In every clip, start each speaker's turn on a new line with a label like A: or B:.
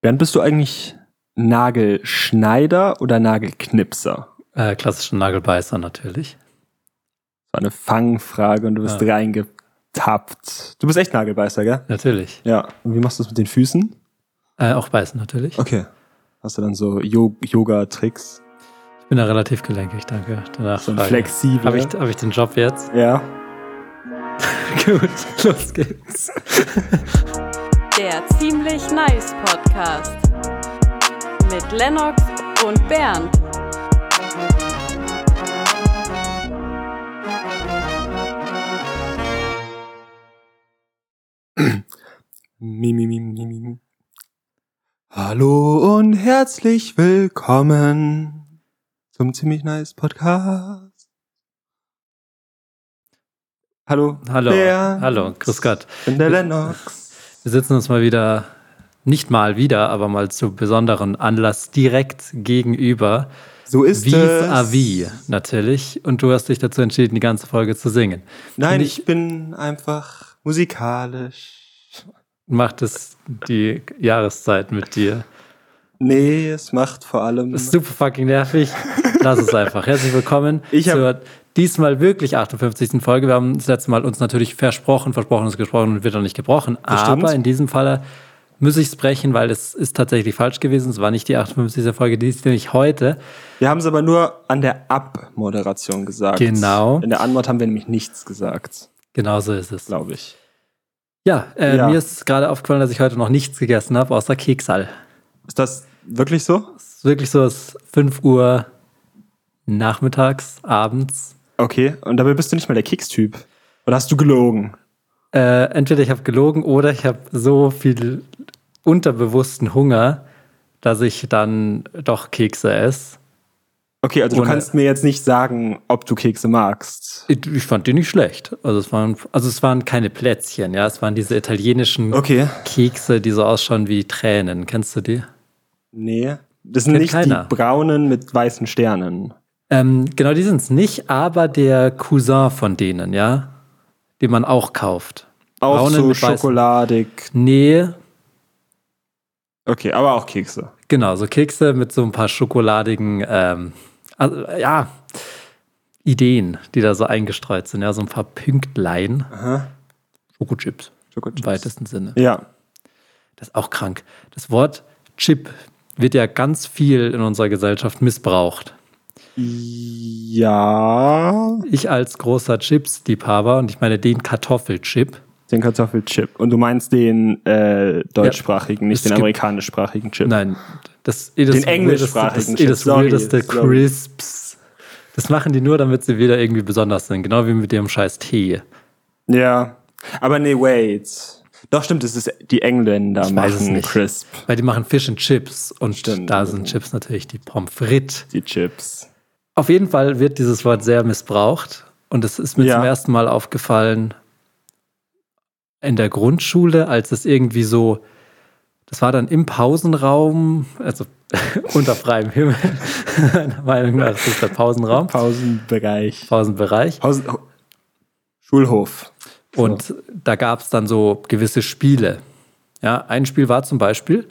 A: Bernd, bist du eigentlich Nagelschneider oder Nagelknipser?
B: Äh, klassischen Nagelbeißer natürlich.
A: So eine Fangfrage und du bist
B: Ja.
A: reingetappt. Du bist echt Nagelbeißer, gell?
B: Natürlich.
A: Ja. Und wie machst du das mit den Füßen?
B: Äh, auch beißen natürlich.
A: Okay. Hast du dann so Jo- Yoga-Tricks?
B: Ich bin da relativ gelenkig, danke. Danach
A: So ein flexibel.
B: Habe ich, hab ich den Job jetzt?
A: ja.
B: Gut, los geht's.
C: Der Ziemlich Nice Podcast. Mit Lennox und Bernd.
A: Mi, mi, mi, mi, mi. mi. Hallo und herzlich willkommen zum ziemlich nice Podcast. Hallo.
B: Hallo.
A: Bernd.
B: Hallo, grüß Gott.
A: Ich bin der Lennox.
B: Wir sitzen uns mal wieder, nicht mal wieder, aber mal zu besonderen Anlass direkt gegenüber.
A: So ist es.
B: Vis-à-vis natürlich. Und du hast dich dazu entschieden, die ganze Folge zu singen.
A: Nein,
B: Finde
A: ich bin einfach musikalisch.
B: Macht es die Jahreszeit mit dir.
A: Nee, es macht vor allem.
B: Das ist super fucking nervig. Lass es einfach. Herzlich willkommen
A: Ich hab-
B: zur diesmal wirklich 58. Folge. Wir haben das letzte Mal uns natürlich versprochen, versprochen ist gesprochen und wird noch nicht gebrochen.
A: Das stimmt.
B: Aber in diesem Falle muss ich es brechen, weil es ist tatsächlich falsch gewesen. Es war nicht die 58. Folge, die ist nämlich heute.
A: Wir haben es aber nur an der Abmoderation gesagt.
B: Genau.
A: In der Antwort haben wir nämlich nichts gesagt,
B: Genauso Genau ist es.
A: glaube ich.
B: Ja, äh,
A: Ja.
B: mir ist gerade aufgefallen, dass ich heute noch nichts gegessen habe, außer Keksal.
A: Ist das wirklich so?
B: Es ist wirklich so, es ist 5 Uhr nachmittags, abends.
A: Okay, und dabei bist du nicht mal der Keks-Typ. Oder hast du gelogen?
B: Äh, entweder ich habe gelogen oder ich habe so viel unterbewussten Hunger, dass ich dann doch Kekse esse.
A: Okay, also du
B: Ohne-
A: kannst mir jetzt nicht sagen, ob du Kekse magst.
B: Ich, ich fand die nicht schlecht. Also es waren, also es waren keine Plätzchen, ja, es waren diese italienischen
A: Okay.
B: Kekse, die so ausschauen wie Tränen. Kennst du die?
A: Nee. Das sind
B: Kennt
A: nicht
B: keiner.
A: die braunen mit weißen Sternen.
B: Ähm, genau, die sind es nicht, aber der Cousin von denen, ja, den man auch kauft.
A: Auch
B: Braunen
A: so
B: mit weißen-
A: schokoladig.
B: Nee,
A: Okay, aber auch Kekse.
B: Genau, so Kekse mit so ein paar schokoladigen, ähm, also, äh, ja, Ideen, die da so eingestreut sind. Ja, so ein paar Pünktlein.
A: Aha.
B: Schokochips im
A: Schokochips.
B: weitesten Sinne.
A: Ja.
B: Das ist auch krank. Das Wort Chip wird ja ganz viel in unserer Gesellschaft missbraucht.
A: Ja.
B: Ich als großer Chips-Liebhaber und ich meine den Kartoffelchip.
A: Den Kartoffelchip. Und du meinst den äh, deutschsprachigen, nicht
B: Es
A: den
B: gibt-
A: amerikanischsprachigen Chip.
B: Nein, das eh das
A: Den
B: weirdeste- das
A: englischsprachigen
B: eh das
A: Chip, sorry,
B: weirdeste
A: sorry.
B: Crisps. Das machen die nur, damit sie wieder irgendwie besonders sind. Genau wie mit dem scheiß Tee.
A: Ja. Aber nee, wait. Doch, stimmt, es ist die Engländer
B: Ich
A: machen
B: weiß es nicht.
A: Crisp,
B: Weil die machen Fish and Chips und
A: Stimmt.
B: da sind Chips natürlich die Pommes frites.
A: die Chips.
B: Auf jeden Fall wird dieses Wort sehr missbraucht und es ist mir
A: Ja.
B: zum ersten Mal aufgefallen in der Grundschule, als es irgendwie so, das war dann im Pausenraum, also unter freiem Himmel, meiner Meinung nach ist das der Pausenraum,
A: Pausenbereich.
B: Pausenbereich.
A: Pausen Schulhof.
B: Und da gab es dann so gewisse Spiele. Ja, ein Spiel war zum Beispiel,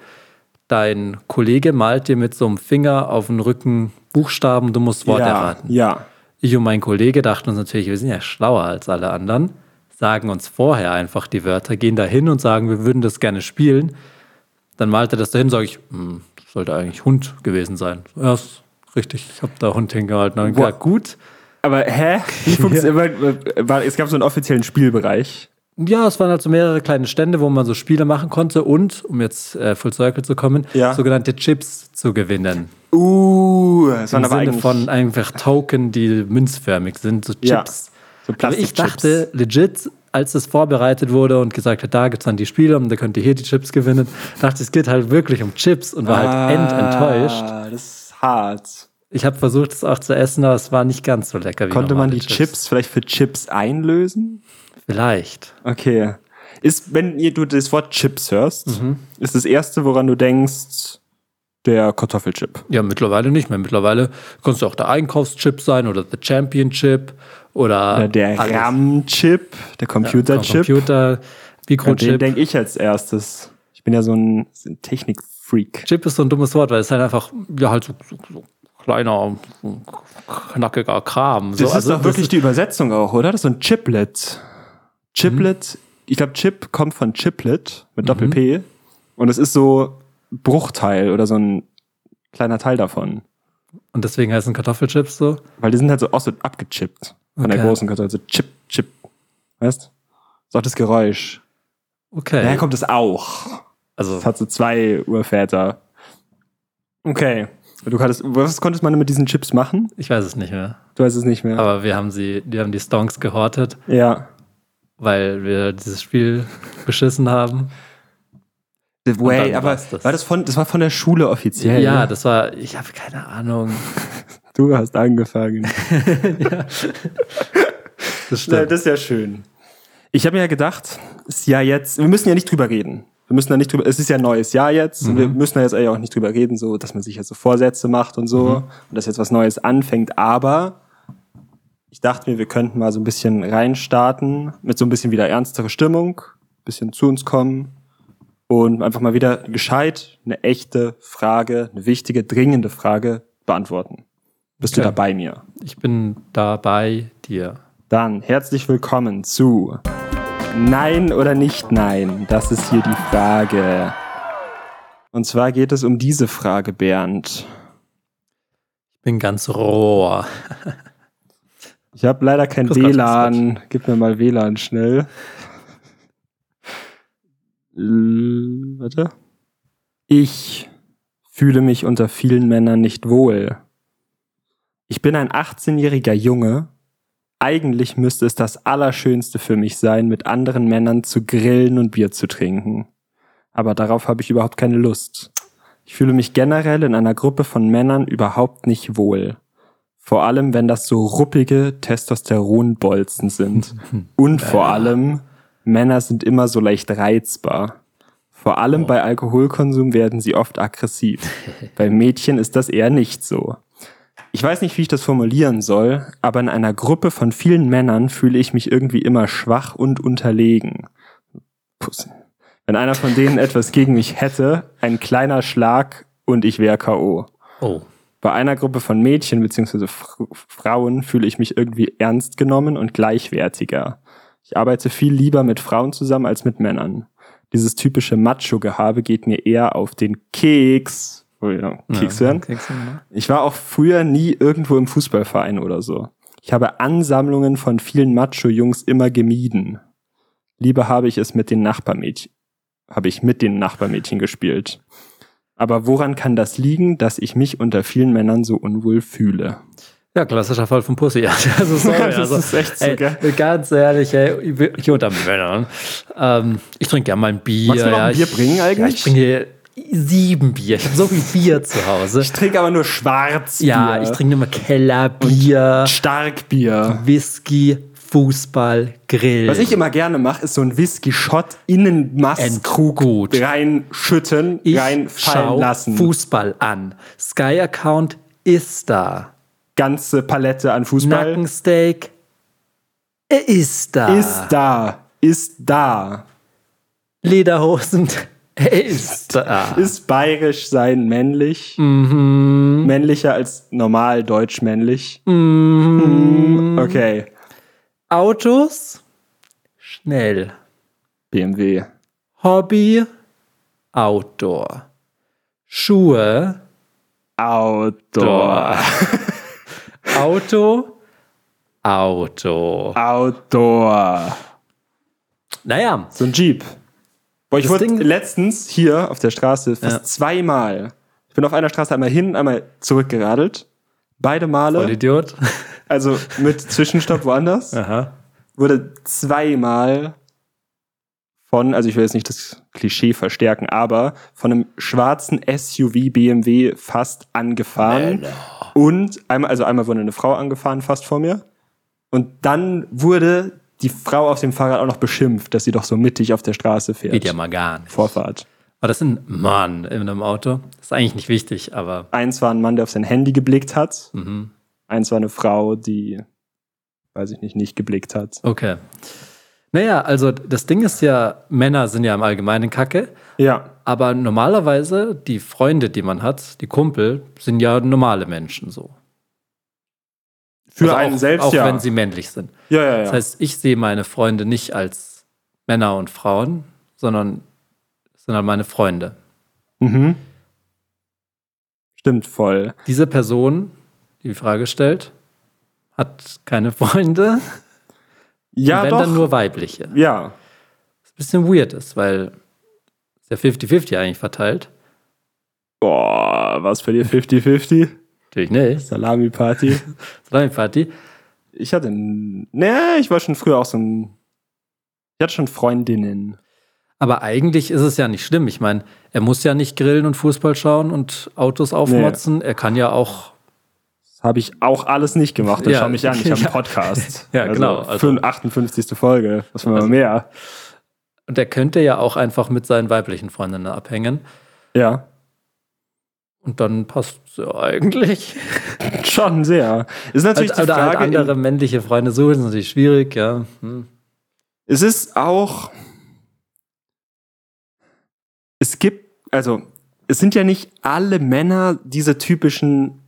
B: dein Kollege malt dir mit so einem Finger auf den Rücken Buchstaben, du musst Wort
A: ja,
B: erraten.
A: ja.
B: Ich und mein Kollege dachten uns natürlich, wir sind ja schlauer als alle anderen, sagen uns vorher einfach die Wörter, gehen da hin und sagen, wir würden das gerne spielen. Dann malt er das dahin, sage ich, hm, das sollte eigentlich Hund gewesen sein. Ja, ist richtig, ich habe da Hund hingehalten. Dann, ja, gut.
A: Aber hä? Wie funktioniert immer? Es gab so einen offiziellen Spielbereich.
B: Ja, es waren also mehrere kleine Stände, wo man so Spiele machen konnte und, um jetzt äh, Full Circle zu kommen,
A: Ja.
B: sogenannte Chips zu gewinnen.
A: Uh, es
B: Im
A: waren aber
B: Sinne
A: eigentlich
B: von einfach Token, die münzförmig sind, so
A: Ja,
B: Chips.
A: so
B: Aber ich
A: Plastikchips.
B: dachte legit, als das vorbereitet wurde und gesagt hat, da gibt es dann die Spiele und da könnt ihr hier die Chips gewinnen, dachte ich, es geht halt wirklich um Chips und war halt ententtäuscht.
A: Ah, Das ist hart.
B: Ich habe versucht, es auch zu essen, aber es war nicht ganz so lecker wie
A: Konnte man
B: normale
A: die Chips. vielleicht für Chips einlösen?
B: Vielleicht.
A: Okay. Ist, wenn ihr- du das Wort Chips hörst,
B: Mhm.
A: ist das erste, woran du denkst, der Kartoffelchip.
B: Ja, mittlerweile nicht mehr. Mittlerweile kannst du auch der Einkaufschip sein oder der Championship oder
A: Oder Äh, der
B: Ah, alles.
A: RAM-Chip, der
B: Vom
A: Computerchip.
B: Computer,
A: An den
B: Mikrochip.
A: denke ich als erstes. Ich bin ja so ein, so ein Technik-Freak. Freak.
B: Chip ist so ein dummes Wort, weil es halt einfach, ja, halt so, so, so kleiner, so knackiger Kram. So,
A: Das ist
B: also
A: doch wirklich
B: ist-
A: die Übersetzung auch, oder? Das ist so ein Chiplet. Chiplet, ich glaube, Chip kommt von Chiplet
B: Mhm.
A: mit Doppel-P. Und es ist so ein Bruchteil oder so ein kleiner Teil davon.
B: und deswegen heißen Kartoffelchips so.
A: Weil die sind halt so auch so abgechippt von der
B: Okay.
A: großen Kartoffel. So Chip, Chip. Weißt? So auch das Geräusch.
B: Okay.
A: Daher kommt es auch.
B: also,
A: Das hat so zwei Urväter. Okay. Du hattest, was konntest man denn mit diesen Chips machen?
B: ich weiß es nicht mehr.
A: Du weißt es nicht mehr.
B: Aber wir haben sie, die haben die Stonks gehortet,
A: ja.
B: weil wir dieses Spiel beschissen haben.
A: Way,
B: dann
A: aber
B: war's das.
A: war das von, das war von der Schule offiziell.
B: ja,
A: ne?
B: das war, ich habe keine Ahnung.
A: du hast angefangen.
B: Das
A: Na,
B: stimmt.
A: das ist ja schön. Ich habe mir ja gedacht, ist ja jetzt, wir müssen ja nicht drüber reden. Wir müssen da nicht drüber, es ist ja ein neues Jahr jetzt und wir müssen da jetzt eigentlich auch nicht drüber reden, so, dass man sich jetzt so Vorsätze macht und so und dass jetzt was Neues anfängt. Aber ich dachte mir, wir könnten mal so ein bisschen reinstarten mit so ein bisschen wieder ernstere Stimmung, bisschen zu uns kommen und einfach mal wieder gescheit eine echte Frage, eine wichtige, dringende Frage beantworten. Bist du
B: Okay.
A: da bei mir?
B: Ich bin da bei dir.
A: Dann herzlich willkommen zu Nein oder nicht Nein. Das ist hier die Frage. Und zwar geht es um diese Frage, Bernd.
B: Ich bin ganz roh.
A: Ich habe leider kein
B: Grüß Gott,
A: WLAN. Gib mir mal WLAN schnell. L warte. Ich fühle mich unter vielen Männern nicht wohl. Ich bin ein 18-jähriger Junge. Eigentlich müsste es das Allerschönste für mich sein, mit anderen Männern zu grillen und Bier zu trinken. Aber darauf habe ich überhaupt keine Lust. Ich fühle mich generell in einer Gruppe von Männern überhaupt nicht wohl. Vor allem, wenn das so ruppige Testosteronbolzen sind. Und vor allem, Männer sind immer so leicht reizbar. Vor allem bei Alkoholkonsum werden sie oft aggressiv. bei Mädchen ist das eher nicht so. Ich weiß nicht, wie ich das formulieren soll, aber in einer Gruppe von vielen Männern fühle ich mich irgendwie immer schwach und unterlegen. Puss. Wenn einer von denen etwas gegen mich hätte, ein kleiner Schlag und ich wäre K.O.
B: Oh.
A: Bei einer Gruppe von Mädchen bzw. Fr- Frauen fühle ich mich irgendwie ernst genommen und gleichwertiger. Ich arbeite viel lieber mit Frauen zusammen als mit Männern. Dieses typische Macho-Gehabe geht mir eher auf den Keks. Oh ja, Keks werden.
B: Keks werden.
A: Ich war auch früher nie irgendwo im Fußballverein oder so. Ich habe Ansammlungen von vielen Macho-Jungs immer gemieden. Lieber habe ich es mit den Nachbarmädchen, habe ich mit den Nachbarmädchen gespielt. Aber woran kann das liegen, dass ich mich unter vielen Männern so unwohl fühle?
B: Ja, klassischer Fall von Pussy. Also, sorry,
A: Das
B: also,
A: ist echt so,
B: ey,
A: gell?
B: Ganz ehrlich, ey, hier unter Männern. Ähm, ich trinke gerne mal ein Bier.
A: Magst du mir noch
B: ja,
A: ein Bier
B: ich,
A: bringen eigentlich?
B: Ja, ich bringe hier sieben Bier. Ich habe so viel Bier zu Hause.
A: Ich trinke aber nur Schwarzbier.
B: ja, ich trinke immer Kellerbier,
A: Starkbier.
B: Whisky, Fußball, Grill.
A: Was ich immer gerne mache, ist so ein Whisky-Shot in einen Mastkrug
B: Endgut.
A: reinschütten,
B: ich
A: reinfallen
B: schau
A: lassen.
B: Fußball an. Sky-Account ist da.
A: Ganze Palette an Fußball.
B: Nackensteak er ist da.
A: Ist da. Ist da.
B: Lederhosen er ist da.
A: Ist bayerisch sein männlich?
B: Mhm.
A: Männlicher als normal deutsch männlich? Mhm. Okay.
B: Autos schnell.
A: BMW.
B: Hobby Outdoor. Schuhe
A: Outdoor.
B: Auto Auto.
A: Outdoor.
B: Naja,
A: So ein Jeep. Boah, ich
B: Das
A: wurde
B: Ding-
A: letztens hier auf der Straße fast
B: Ja.
A: zweimal. Ich bin auf einer Straße einmal hin, einmal zurückgeradelt. Beide Male,
B: Vollidiot.
A: also mit Zwischenstopp woanders.
B: Aha.
A: wurde zweimal von, also ich will jetzt nicht das Klischee verstärken, aber von einem schwarzen SUV BMW fast angefahren. Und einmal, also einmal wurde eine Frau angefahren fast vor mir. Und dann wurde die Frau auf dem Fahrrad auch noch beschimpft, dass sie doch so mittig auf der Straße fährt.
B: Geht ja mal gar nicht.
A: Vorfahrt.
B: Aber das ist ein Mann in einem Auto. Ist eigentlich nicht wichtig, aber
A: Eins war ein Mann, der auf sein Handy geblickt hat.
B: Mhm.
A: Eins war eine Frau, die, weiß ich nicht, nicht geblickt hat.
B: okay. Naja, also das Ding ist ja, Männer sind ja im Allgemeinen Kacke,
A: Ja,
B: aber normalerweise die Freunde, die man hat, die Kumpel, sind ja normale Menschen so.
A: für
B: Also
A: einen
B: auch,
A: selbst
B: Auch
A: ja.
B: wenn sie männlich sind.
A: ja, ja, ja.
B: Das heißt, ich sehe meine Freunde nicht als Männer und Frauen, sondern es sind halt meine Freunde.
A: mhm. Stimmt voll.
B: Diese Person, die die Frage stellt, hat keine Freunde,
A: Ja,
B: und wenn
A: doch.
B: dann nur weibliche.
A: ja,
B: Was ein bisschen weird ist, weil es ja 50-50 eigentlich verteilt.
A: Boah, was für dir 50-50?
B: Natürlich nicht.
A: Salami-Party.
B: Salami-Party.
A: Ich hatte. n- Nee, ich war schon früher auch so ein. Ich hatte schon Freundinnen.
B: Aber eigentlich ist es ja nicht schlimm. Ich meine, er muss ja nicht grillen und Fußball schauen und Autos aufmotzen. Er kann ja auch
A: Das habe ich auch alles nicht gemacht. Und
B: Ja.
A: schau mich an, ich habe
B: Ja.
A: einen Podcast.
B: Ja, genau, also-
A: Also, fün- 58. Folge. Was will man
B: Also-
A: mehr?
B: Und er könnte ja auch einfach mit seinen weiblichen Freundinnen abhängen.
A: Ja.
B: Und dann passt es ja eigentlich.
A: Schon sehr. Ist natürlich
B: Halt, oder
A: die Frage.
B: halt andere männliche Freunde suchen, ist natürlich schwierig, ja. Hm.
A: Es ist auch. Es gibt, also, es sind ja nicht alle Männer diese typischen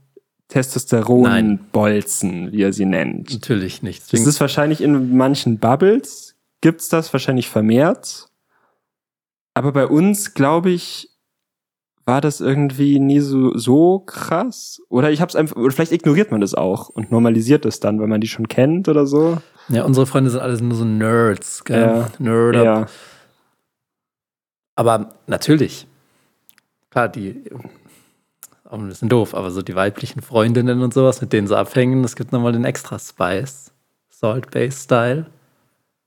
A: Testosteronbolzen, wie er sie nennt.
B: Natürlich nicht.
A: Es
B: Deswegen,
A: ist wahrscheinlich in manchen Bubbles, gibt es das wahrscheinlich vermehrt. Aber bei uns, glaube ich, war das irgendwie nie so, so krass. Oder ich hab's einfach, oder vielleicht ignoriert man das auch und normalisiert es dann, weil man die schon kennt oder so.
B: ja, unsere Freunde sind alles nur so Nerds, gell?
A: Ja.
B: Nerder. Aber natürlich. Klar, die. Auch ein bisschen doof, aber so die weiblichen Freundinnen und sowas, mit denen sie abhängen, es gibt nochmal den extra Spice. Salt-Based-Style.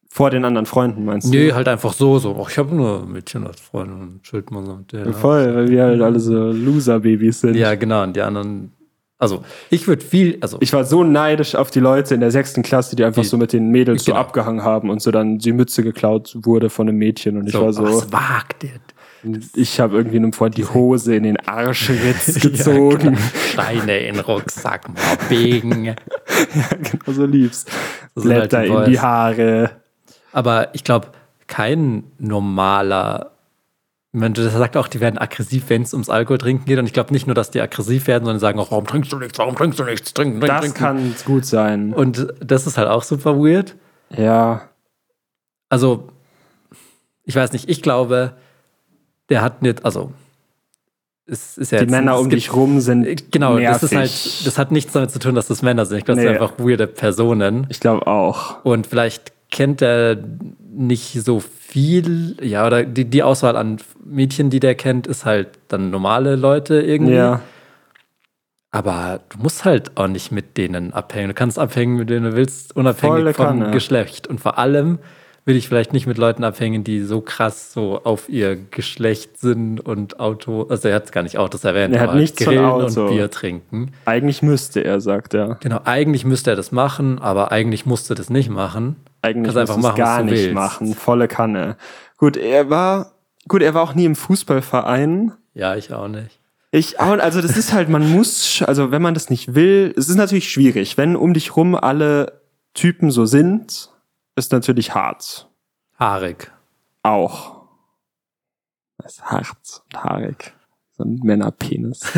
A: Vor den anderen Freunden, meinst du?
B: Nee, halt einfach so, so. Ach, ich habe nur Mädchen als Freunde und Schildmann und der.
A: Voll, weil wir halt alle so Loser-Babys sind.
B: Ja, genau. Und die anderen. Also, ich würde viel. Also,
A: Ich war so neidisch auf die Leute in der sechsten Klasse, die einfach
B: Die-
A: so mit den Mädels
B: Genau.
A: so abgehangen haben und so dann die Mütze geklaut wurde von einem Mädchen. Und ich war so,
B: ach, was wagt ihr?
A: ich habe irgendwie einem Freund die Hose in den Arschritz
B: Ja, genau.
A: gezogen.
B: klar. Steine in den Rucksack, mal biegen.
A: genau so liebst.
B: sind halt
A: Blätter
B: die
A: in die
B: Boys.
A: Haare.
B: Aber ich glaube, kein normaler. Mensch, das sagt auch, die werden aggressiv, wenn es ums Alkohol trinken geht. Und ich glaube nicht nur, dass die aggressiv werden, sondern sagen auch, warum trinkst du nichts, warum trinkst du nichts, trinken, trinken,
A: Das
B: trinken.
A: kann gut sein.
B: Und das ist halt auch super weird.
A: ja.
B: also ich weiß nicht, ich glaube, der hat nicht, also es ist ja
A: Die
B: jetzt-
A: Männer
B: es
A: um
B: gibt-
A: dich rum sind.
B: Genau,
A: nervig.
B: das ist halt, das hat nichts damit zu tun, dass das Männer sind. Ich glaube, das
A: Nee.
B: sind einfach weirde Personen.
A: ich glaube auch.
B: Und vielleicht kennt er nicht so viel, ja, oder die, die Auswahl an Mädchen, die der kennt, ist halt dann normale Leute irgendwie.
A: Ja.
B: Aber du musst halt auch nicht mit denen abhängen. Du kannst abhängen, mit denen du willst, unabhängig
A: Volle
B: vom
A: Kanne.
B: Geschlecht. Und vor allem will ich vielleicht nicht mit Leuten abhängen, die so krass so auf ihr Geschlecht sind und Auto, also er hat gar nicht Autos erwähnt,
A: Er hat
B: aber
A: nichts von
B: grillen
A: Auto.
B: und Bier trinken.
A: Eigentlich müsste er, sagt er.
B: Genau, eigentlich müsste er das machen, aber eigentlich musste das nicht machen.
A: Eigentlich
B: Kannst einfach
A: musst du es
B: machen, was
A: gar
B: du
A: nicht
B: willst.
A: machen. Volle Kanne. Gut, er war, gut, er war auch nie im Fußballverein.
B: Ja, ich auch nicht.
A: Ich auch, also das ist halt, man muss, sch- also wenn man das nicht will, es ist natürlich schwierig. Wenn um dich rum alle Typen so sind, ist natürlich hart.
B: Harig.
A: Auch. Das ist hart und haarig. So ein Männerpenis.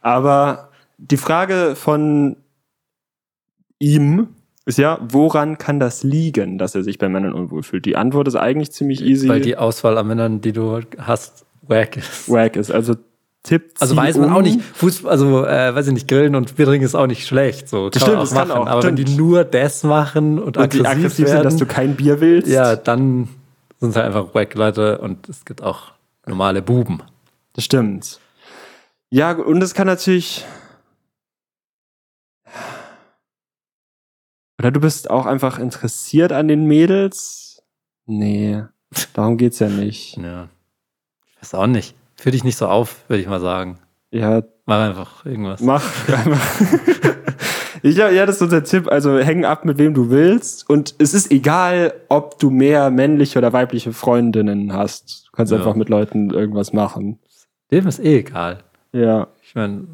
A: Aber die Frage von ihm ist ja, woran kann das liegen, dass er sich bei Männern unwohl fühlt? Die Antwort ist eigentlich ziemlich easy.
B: Äh, Weil die Auswahl an Männern, die du hast, wack ist.
A: wack ist. Also Tipp.
B: Also
A: zieh
B: weiß man
A: um.
B: auch nicht, Fußball, also äh, weiß ich nicht, Grillen und Bier trinken ist auch nicht schlecht. So,
A: Das
B: kann man
A: stimmt, das kann
B: machen.
A: auch,
B: Aber wenn die
A: stimmt.
B: nur das machen und,
A: Und die aggressiv sind, dass du kein Bier willst.
B: ja, dann sind es halt einfach wack Leute und es gibt auch normale Buben.
A: Das stimmt. Ja, gu- und es kann natürlich. Oder du bist auch einfach interessiert an den Mädels? Nee, darum geht's ja nicht.
B: Ja. Ich weiß auch nicht. Führ dich nicht so auf, würde ich mal sagen.
A: Ja,
B: Mach einfach irgendwas.
A: mach einfach. Ich glaube, ja, das ist unser Tipp. Also häng ab, mit wem du willst. Und es ist egal, ob du mehr männliche oder weibliche Freundinnen hast. Du kannst
B: Ja.
A: einfach mit Leuten irgendwas machen.
B: Dem ist eh egal.
A: Ja.
B: Ich meine,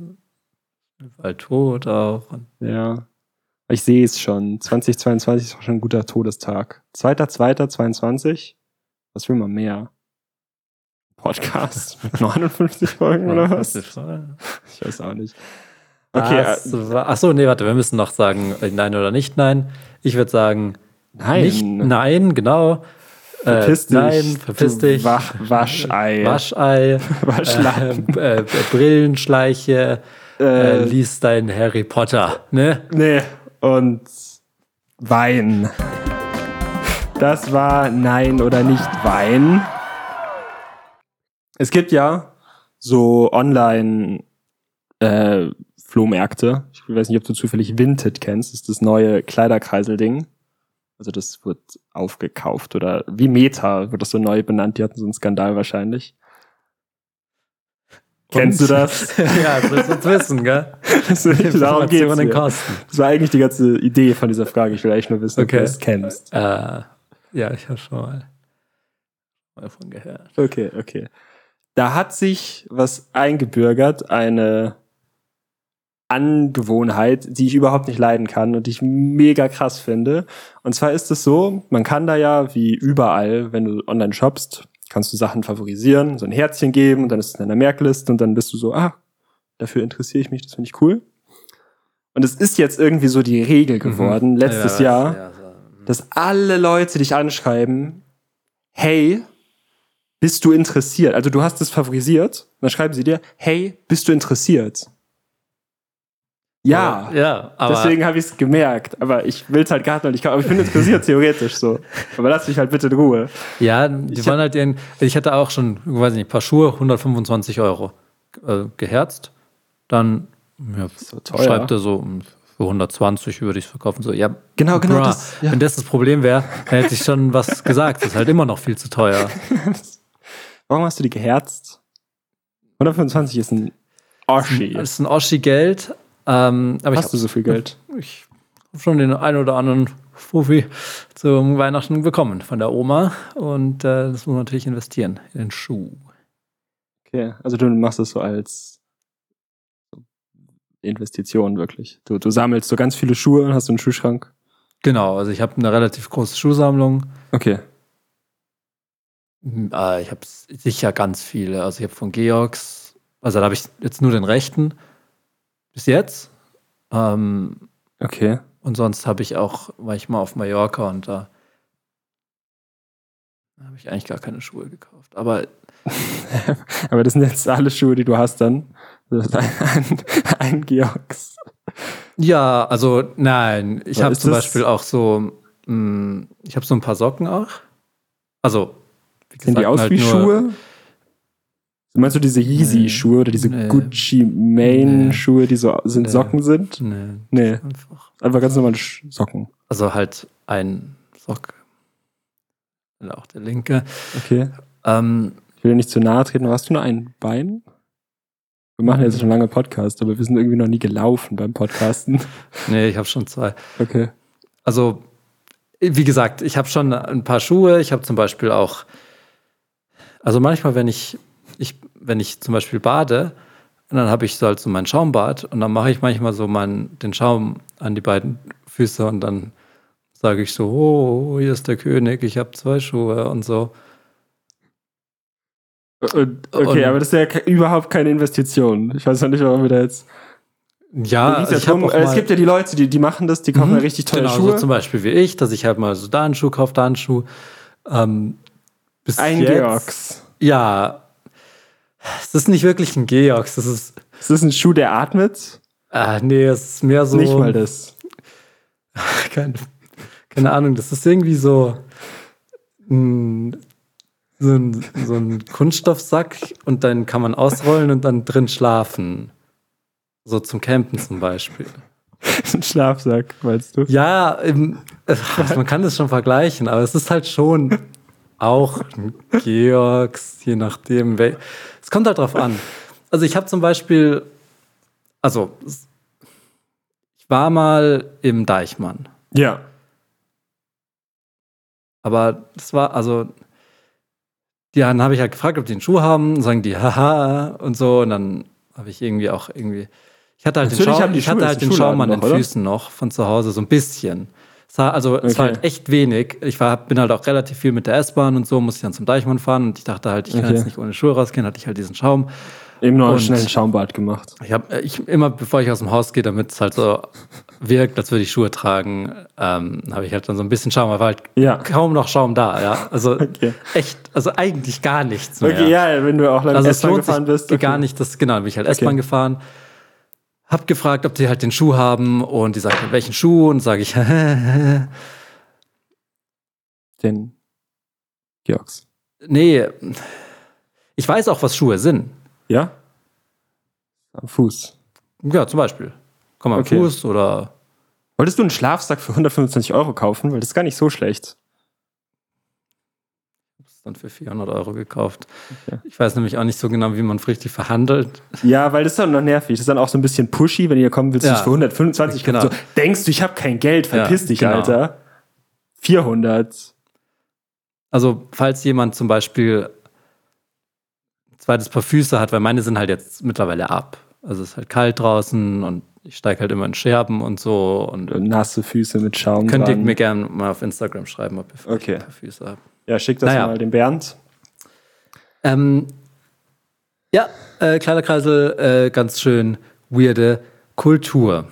B: überall tot auch. Und
A: Ja. Ich sehe es schon. 2022 ist auch schon ein guter Todestag. 2.2.22. Was will man mehr? Podcast mit 59 Folgen oder was?
B: ne?
A: Ich weiß auch nicht.
B: Okay.
A: Okay, äh,
B: Das war, achso, nee, warte, wir müssen noch sagen, äh, nein oder nicht nein. Ich würde sagen,
A: Nein.
B: nicht nein, genau. Äh,
A: verpiss dich.
B: Nein, verpiss
A: du
B: dich.
A: Wach, Waschei.
B: Waschei.
A: Waschlappen.
B: Äh, äh, Brillenschleiche. Äh,
A: Äh,
B: lies dein Harry Potter, ne?
A: Nee, und Wein. Das war Nein oder nicht Wein. Es gibt ja so online äh, Flohmärkte. Ich weiß nicht, ob du zufällig Vinted kennst. Das ist das neue Kleiderkreisel-Ding. Also das wird aufgekauft oder wie Meta wird das so neu benannt. Die hatten so einen Skandal wahrscheinlich. Kennst du das?
B: ja, das willst du jetzt wissen, gell?
A: Darum geht's
B: Informationen
A: hier.
B: kosten.
A: Das war eigentlich die ganze Idee von dieser Frage. Ich will eigentlich nur wissen, ob
B: Okay.
A: du das kennst.
B: Äh, ja, ich habe schon mal davon gehört.
A: Okay, okay. Da hat sich was eingebürgert, eine Angewohnheit, die ich überhaupt nicht leiden kann und die ich mega krass finde. Und zwar ist es so, man kann da ja, wie überall, wenn du online shoppst, kannst du Sachen favorisieren, so ein Herzchen geben und dann ist es in einer Merkliste und dann bist du so, ah, dafür interessiere ich mich, das finde ich cool. Und es ist jetzt irgendwie so die Regel geworden, letztes
B: Mhm. Ja,
A: Jahr.
B: ja, so.
A: dass alle Leute dich anschreiben, hey, bist du interessiert? Also du hast es favorisiert, dann schreiben sie dir, hey, bist du interessiert? Ja,
B: ja, aber
A: deswegen habe ich es gemerkt, aber ich will es halt gar nicht, aber ich bin interessiert theoretisch so. Aber lass mich halt bitte in Ruhe.
B: ja, die
A: Ich
B: wollen halt ihren, ich hatte auch schon, weiß nicht, ein paar Schuhe, 125 Euro äh, geherzt. Dann ja,
A: so teuer.
B: schreibt er so, hm, für 120 würde ich es verkaufen. So, ja,
A: Genau, genau,
B: bruh.
A: das- ja.
B: Wenn das das Problem wäre, dann hätte ich schon was gesagt. Das ist halt immer noch viel zu teuer.
A: Warum hast du die geherzt? 125 ist ein Oschi.
B: Das ist ein Oschi-Geld. Ähm, aber ich
A: Hast du so viel Geld?
B: ich habe schon den einen oder anderen Profi zum Weihnachten bekommen von der Oma. Und äh, das muss man natürlich investieren in den Schuh.
A: Okay, also du machst es so als Investition wirklich. Du, du sammelst so ganz viele Schuhe und hast so einen Schuhschrank.
B: Genau, also ich habe eine relativ große Schuhsammlung.
A: Okay.
B: Hm, Äh, ich habe sicher ganz viele. Also ich habe von Georgs, also da habe ich jetzt nur den rechten bis jetzt. Ähm,
A: Okay.
B: und sonst habe ich auch, war ich mal auf Mallorca und da habe ich eigentlich gar keine Schuhe gekauft. Aber
A: Aber das sind jetzt alle Schuhe, die du hast dann. Das ist ein, ein, ein Georgs.
B: Ja, also nein, ich
A: Aber
B: habe
A: ist
B: zum
A: das-
B: Beispiel auch so, mh, ich habe so ein paar Socken auch. Also, wie
A: Sehen die
B: gesagt,
A: aus
B: halt
A: wie
B: nur-
A: Schuhe? Meinst du diese Yeezy-Schuhe oder diese
B: Nee.
A: Gucci-Main-Schuhe, die so sind
B: Nee.
A: Socken sind?
B: Nee,
A: Nee,
B: einfach.
A: einfach ganz normale Sch- Socken.
B: Also halt ein Sock. Und auch der linke.
A: Okay.
B: Ähm,
A: Ich will dir nicht zu nahe treten, aber hast du nur ein Bein? Wir machen
B: Mhm.
A: jetzt schon lange Podcast, aber wir sind irgendwie noch nie gelaufen beim Podcasten.
B: nee, ich habe schon zwei.
A: Okay.
B: Also, wie gesagt, ich habe schon ein paar Schuhe. Ich habe zum Beispiel auch, also manchmal, wenn ich, ich, wenn ich zum Beispiel bade, dann habe ich so halt so mein Schaumbad und dann mache ich manchmal so meinen, den Schaum an die beiden Füße und dann sage ich so, oh, hier ist der König, ich habe zwei Schuhe und so.
A: Und, okay,
B: Und-
A: aber das ist ja ke- überhaupt keine Investition. Ich weiß noch nicht, warum wir da jetzt. Da
B: Ja,
A: ging's ja
B: Ah, ich habe
A: drum,
B: auch
A: äh,
B: mal,
A: es gibt ja die Leute, die, die machen das, die kaufen ja richtig teure
B: genau,
A: Schuhe.
B: so zum Beispiel wie ich, dass ich halt mal so da einen Schuh kaufe, da einen Schuh. Ähm, bis
A: ein
B: jetzt-
A: Georgs.
B: Ja, es ist nicht wirklich ein Georgs, das ist,
A: Ist das ein Schuh, der atmet?
B: ah, nee, es ist mehr so,
A: Nicht mal das.
B: Keine, keine Ahnung, das ist irgendwie so ein, so, ein, so ein Kunststoffsack und dann kann man ausrollen und dann drin schlafen. So zum Campen zum Beispiel.
A: ein Schlafsack, meinst du?
B: Ja, im, also man kann das schon vergleichen, aber es ist halt schon auch ein Georgs, je nachdem. wel- Es kommt halt drauf an. Also ich habe zum Beispiel, also es- ich war mal im Deichmann,
A: Ja.
B: aber das war, also die dann habe ich halt gefragt, ob die einen Schuh haben, und sagen die, haha und so und dann habe ich irgendwie auch irgendwie, Ich hatte halt
A: Natürlich
B: den, Schaum,
A: haben die
B: ich hatte
A: Schule-
B: halt
A: ist ein
B: den Schaum an
A: Schulladen
B: den
A: noch, oder?
B: Füßen noch von zu Hause, so ein bisschen. Es war, also es war
A: Okay.
B: halt echt wenig. Ich war, bin halt auch relativ viel mit der S-Bahn und so, musste ich dann zum Deichmann fahren und ich dachte halt, ich kann
A: Okay.
B: jetzt nicht ohne Schuhe rausgehen, hatte ich halt diesen Schaum.
A: Eben noch
B: Und-
A: einen schnellen Schaumbad gemacht.
B: Ich habe ich, immer, bevor ich aus dem Haus gehe, damit es halt so wirkt, als würde ich Schuhe tragen, ähm, habe ich halt dann so ein bisschen Schaum, aber war halt
A: Ja.
B: kaum noch Schaum da. Ja? Also
A: Okay.
B: echt, also eigentlich gar nichts mehr.
A: Okay, ja, wenn du auch lange
B: Also es
A: S-Bahn
B: lohnt sich
A: gefahren bist. Okay.
B: gar nicht, das genau, dann bin ich halt S-Bahn
A: Okay.
B: gefahren. Hab gefragt, ob die halt den Schuh haben und die sagten, welchen Schuh? Und sage ich,
A: Den Georgs.
B: nee, ich weiß auch, was Schuhe sind.
A: Ja? Am Fuß.
B: Ja, zum Beispiel. Komm am
A: Okay.
B: Fuß oder
A: Wolltest du einen Schlafsack für 125 Euro kaufen? Weil das ist gar nicht so schlecht.
B: ist dann für 400 Euro gekauft.
A: Okay.
B: Ich weiß nämlich auch nicht so genau, wie man richtig verhandelt.
A: Ja, weil das ist dann noch nervig. Das ist dann auch so ein bisschen pushy, wenn ihr kommen willst,
B: Ja.
A: ja. für 125
B: Genau.
A: genau. so, Denkst du, ich habe kein Geld, verpiss
B: Ja,
A: dich,
B: genau.
A: Alter. 400.
B: Also, falls jemand zum Beispiel ein zweites Paar Füße hat, weil meine sind halt jetzt mittlerweile ab. Also es ist halt kalt draußen und ich steige halt immer in Scherben und so und
A: Nasse Füße mit Schaum.
B: Könnt ihr
A: dran.
B: mir gerne mal auf Instagram schreiben, ob ihr vielleicht
A: Okay.
B: ein paar Füße habt.
A: ja, schick das
B: Naja.
A: mal dem Bernd.
B: Ähm, ja, äh, Kleiderkreisel, äh, ganz schön weirde Kultur.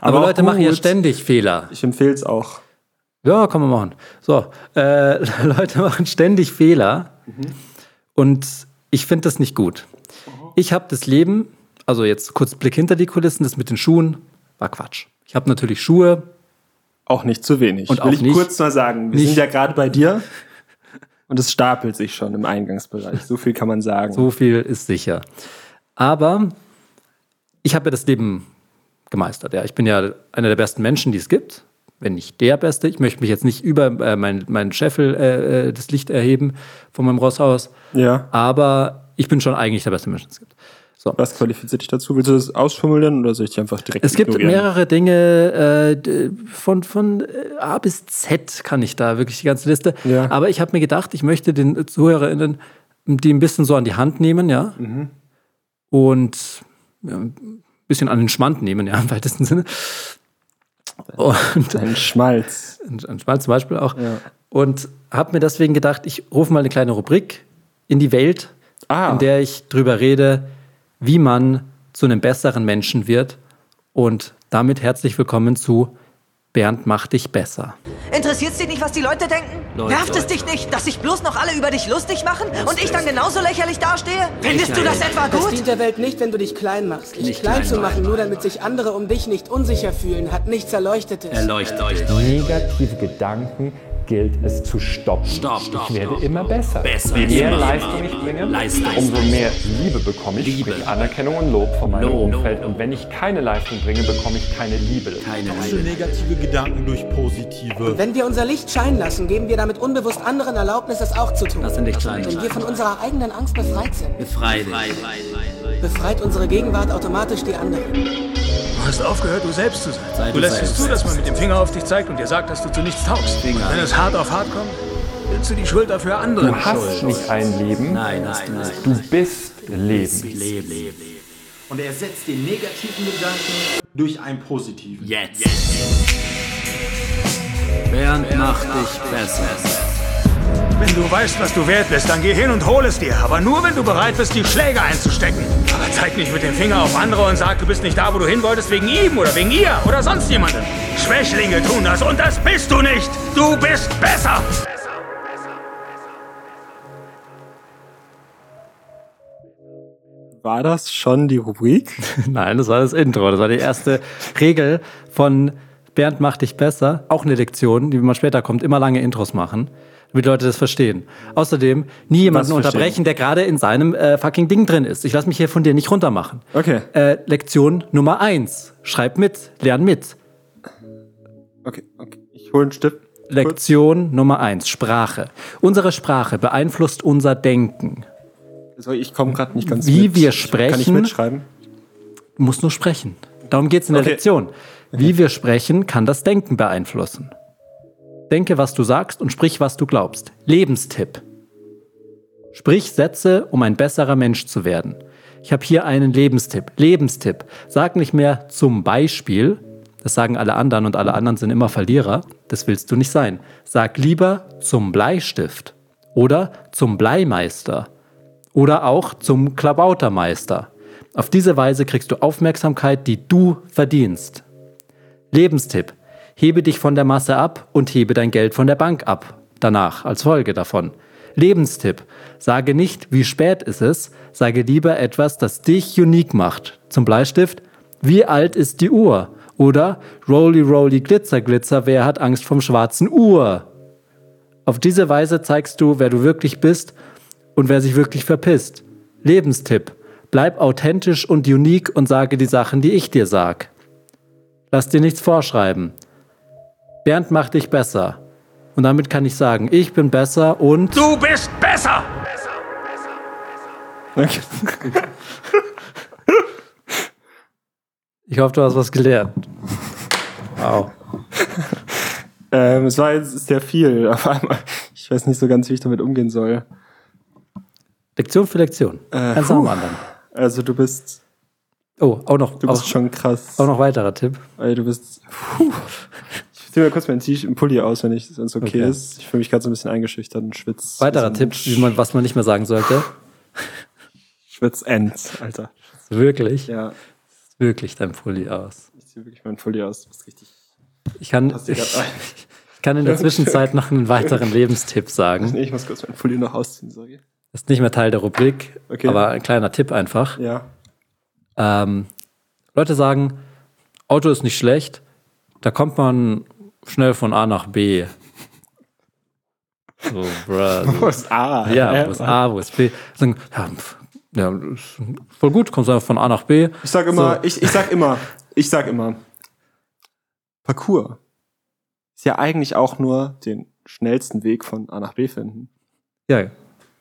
B: Aber,
A: auch
B: Leute machen ja
A: gut.
B: ständig Fehler.
A: Ich empfehle es auch.
B: Ja, kann man machen. So, äh, Leute machen ständig Fehler und ich finde das nicht gut. Ich habe das Leben, also jetzt kurz Blick hinter die Kulissen, das mit den Schuhen war Quatsch. Ich habe natürlich Schuhe,
A: Auch nicht zu wenig.
B: Und
A: Will
B: auch
A: ich
B: nicht-
A: kurz mal sagen, wir
B: nicht-
A: sind ja gerade bei dir und es stapelt sich schon im Eingangsbereich. So viel kann man sagen.
B: So viel ist sicher. Aber ich habe ja das Leben gemeistert. Ja. Ich bin ja einer der besten Menschen, die es gibt. Wenn nicht der Beste. Ich möchte mich jetzt nicht über äh, meinen mein Scheffel äh, äh, das Licht erheben von meinem Ross aus.
A: Ja.
B: Aber ich bin schon eigentlich der beste Mensch, den es gibt. So.
A: Was qualifiziert dich dazu? Willst du das ausformulieren oder soll ich dich einfach direkt
B: Es gibt
A: ignorieren?
B: mehrere Dinge äh, d- von, von äh, A bis Z kann ich da wirklich die ganze Liste.
A: Ja.
B: Aber ich habe mir gedacht, ich möchte den ZuhörerInnen die ein bisschen so an die Hand nehmen, ja.
A: Mhm.
B: Und ja, ein bisschen an den Schmand nehmen, ja, im weitesten Sinne. Und
A: Dein Schmalz.
B: an Schmalz zum Beispiel auch.
A: Ja.
B: Und habe mir deswegen gedacht, ich rufe mal eine kleine Rubrik in die Welt,
A: Ah.
B: in der ich drüber rede, wie man zu einem besseren Menschen wird. Und damit herzlich willkommen zu Bernd macht dich besser.
D: Interessiert's dich nicht, was die Leute denken?
B: Leute,
D: Nervt es
B: Leute.
D: dich nicht, dass sich bloß noch alle über dich lustig machen und ich
B: Lustig.
D: dann genauso lächerlich dastehe? Findest du das etwa
E: Es
D: gut?
E: dient der Welt nicht, wenn du dich klein machst. Dich
B: Nicht
E: klein,
B: klein
E: zu
B: machen,
E: machen, nur damit sich andere um dich nicht unsicher fühlen, hat nichts Erleuchtetes.
B: Erleuchtet.
F: negative Gedanken gilt es zu stoppen. ich werde immer besser. Je mehr Leistung ich bringe, umso mehr Liebe bekomme ich, sprich Anerkennung und Lob von meinem Umfeld. Und wenn ich keine Leistung bringe, bekomme ich keine Liebe.
G: Tausche negative Gedanken durch positive.
E: Wenn wir unser Licht scheinen lassen, geben wir damit unbewusst anderen Erlaubnis, es auch zu tun.
H: Lass dein Licht scheinen.
E: Wenn wir von unserer eigenen Angst befreit sind,
H: Befrei dich.
E: befreit unsere Gegenwart automatisch die anderen.
I: Du hast aufgehört, du selbst zu sein.
H: Sei
I: du
H: du
I: lässt es
H: selbst.
I: zu, dass man mit dem Finger auf dich zeigt und dir sagt, dass du zu nichts taugst. Und wenn es hart auf hart kommt, willst du die Schuld dafür anderen
F: Du hast nicht ein Leben,
H: Nein, nein, nein.
F: du bist Leben.
H: Leben, leben.
G: Und er setzt den negativen Gedanken durch einen positiven.
H: Jetzt. Bernd macht dich besser.
I: Wenn du weißt, was du wert bist, dann geh hin und hol es dir. Aber nur, wenn du bereit bist, die Schläge einzustecken. Aber zeig nicht mit dem Finger auf andere und sag, du bist nicht da, wo du hin wolltest, wegen ihm oder wegen ihr oder sonst jemandem. Schwächlinge tun das und das bist du nicht. Du bist besser.
A: War das schon die Rubrik?
B: Nein, das war das Intro. Das war die erste Regel von Bernd macht dich besser. Auch eine Lektion, die man später kommt, immer lange Intros machen, damit die Leute das verstehen. Außerdem nie jemanden
A: verstehen?
B: unterbrechen, der gerade in seinem äh, fucking Ding drin ist. Ich lasse mich hier von dir nicht runtermachen.
A: Okay.
B: Äh, Lektion Nummer eins. Schreib mit, lern mit.
A: Okay, okay. Ich hole einen Stift.
B: Lektion Nummer eins. Sprache. Unsere Sprache beeinflusst unser Denken.
A: Kurz. Sorry, Also ich komme gerade nicht ganz
B: Wie
A: mit.
B: wir
A: Ich- Kann ich
B: sprechen?
A: mitschreiben?
B: Du musst nur sprechen. Darum geht es in der
A: Okay.
B: Lektion. Wie wir sprechen, kann das Denken beeinflussen. Denke, was du sagst und sprich, was du glaubst. Lebenstipp. Sprich Sätze, um ein besserer Mensch zu werden. ich habe hier einen Lebenstipp. Lebenstipp. Sag nicht mehr zum Beispiel. Das sagen alle anderen und alle anderen sind immer Verlierer. Das willst du nicht sein. Sag lieber zum Bleistift oder zum Bleimeister oder auch zum Klabautermeister. Auf diese Weise kriegst du Aufmerksamkeit, die du verdienst. Lebenstipp. Hebe dich von der Masse ab und hebe dein Geld von der Bank ab. Danach, als Folge davon. Lebenstipp. Sage nicht, wie spät ist es, sage lieber etwas, das dich unique macht. Zum Bleistift, wie alt ist die Uhr? Oder Rolly Rolly Glitzer Glitzer, wer hat Angst vom schwarzen Uhr? Auf diese Weise zeigst du, wer du wirklich bist und wer sich wirklich verpisst. Lebenstipp. Bleib authentisch und unique und sage die Sachen, die ich dir sag. Lass dir nichts vorschreiben. Bernd macht dich besser. Und damit kann ich sagen, ich bin besser und.
I: Du bist besser! Besser,
A: Okay.
B: Ich hoffe, du hast was gelernt. Wow.
A: Ähm, es war jetzt sehr viel auf einmal. Ich weiß nicht so ganz, wie ich damit umgehen soll.
B: Lektion für Lektion. Eins nach
A: puh.
B: dem anderen.
A: Also du bist,
B: Oh, auch noch,
A: du
B: auch,
A: bist schon krass.
B: auch noch weiterer Tipp.
A: Ey, du bist. Puh. Ich zieh mal kurz meinen T-Shirt und Pulli aus, wenn es okay, okay
B: Okay.
A: ist. Ich fühle mich gerade so ein bisschen eingeschüchtert und schwitz.
B: Weiterer
A: also,
B: Tipp, wie man, was man nicht mehr sagen sollte.
A: Schwitz ends, Alter.
B: Wirklich,
A: Ja,
B: wirklich dein Pulli aus.
A: ich ziehe wirklich meinen Pulli aus. Du bist richtig.
B: Ich kann,
A: Hast du
B: ich,
A: grad ein-
B: ich kann in der Zwischenzeit noch einen weiteren Lebenstipp sagen.
A: Nee, ich muss kurz meinen Pulli noch ausziehen, sorry.
B: Ist nicht mehr Teil der Rubrik,
A: Okay.
B: aber ein kleiner Tipp einfach.
A: Ja.
B: Ähm, Leute sagen, Auto ist nicht schlecht, da kommt man schnell von A nach B. So, bruh.
A: Wo ist A?
B: Ja,
A: Äh,
B: wo ist A, wo ist B? Sagen, ja, pf, ja, ist voll gut, kommst einfach von A nach B.
A: Ich sag immer, ich, ich sag immer, ich sag immer, Parcours ist ja eigentlich auch nur den schnellsten Weg von A nach B finden.
B: Ja,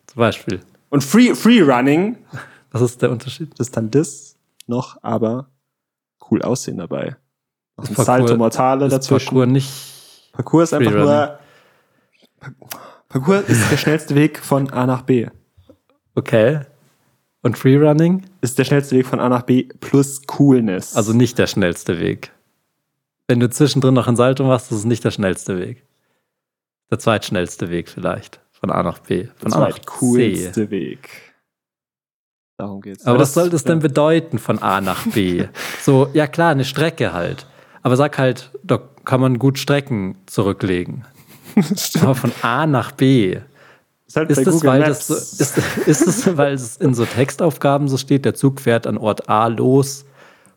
B: zum Beispiel.
A: Und Free, Free Running
B: Was ist der Unterschied?
A: das ist dann das noch, aber cool aussehen dabei. Noch ein
B: Parcours-
A: Salto Mortale dazwischen.
B: Parkour nicht.
A: Parcours ist einfach
B: Freerunning.
A: nur. Parcours ist der schnellste Weg von A nach B.
B: Okay. Und Freerunning?
A: Ist der schnellste Weg von A nach B plus Coolness.
B: Also nicht der schnellste Weg. Wenn du zwischendrin noch ein Salto machst, ist es nicht der schnellste Weg. Der zweitschnellste Weg vielleicht. Von A nach B. Von
A: das
B: A
A: war
B: nach
A: der
B: C.
A: coolste Weg. Darum geht's.
B: Aber was soll das
A: ja.
B: denn bedeuten von A nach B? so, ja klar, eine Strecke halt. Aber sag halt, da kann man gut Strecken zurücklegen. Aber von A nach B.
A: Ist, halt bei
B: Ist es,
A: Google
B: weil
A: Maps.
B: das so, ist, ist es, weil es in so Textaufgaben so steht, der Zug fährt an Ort A los,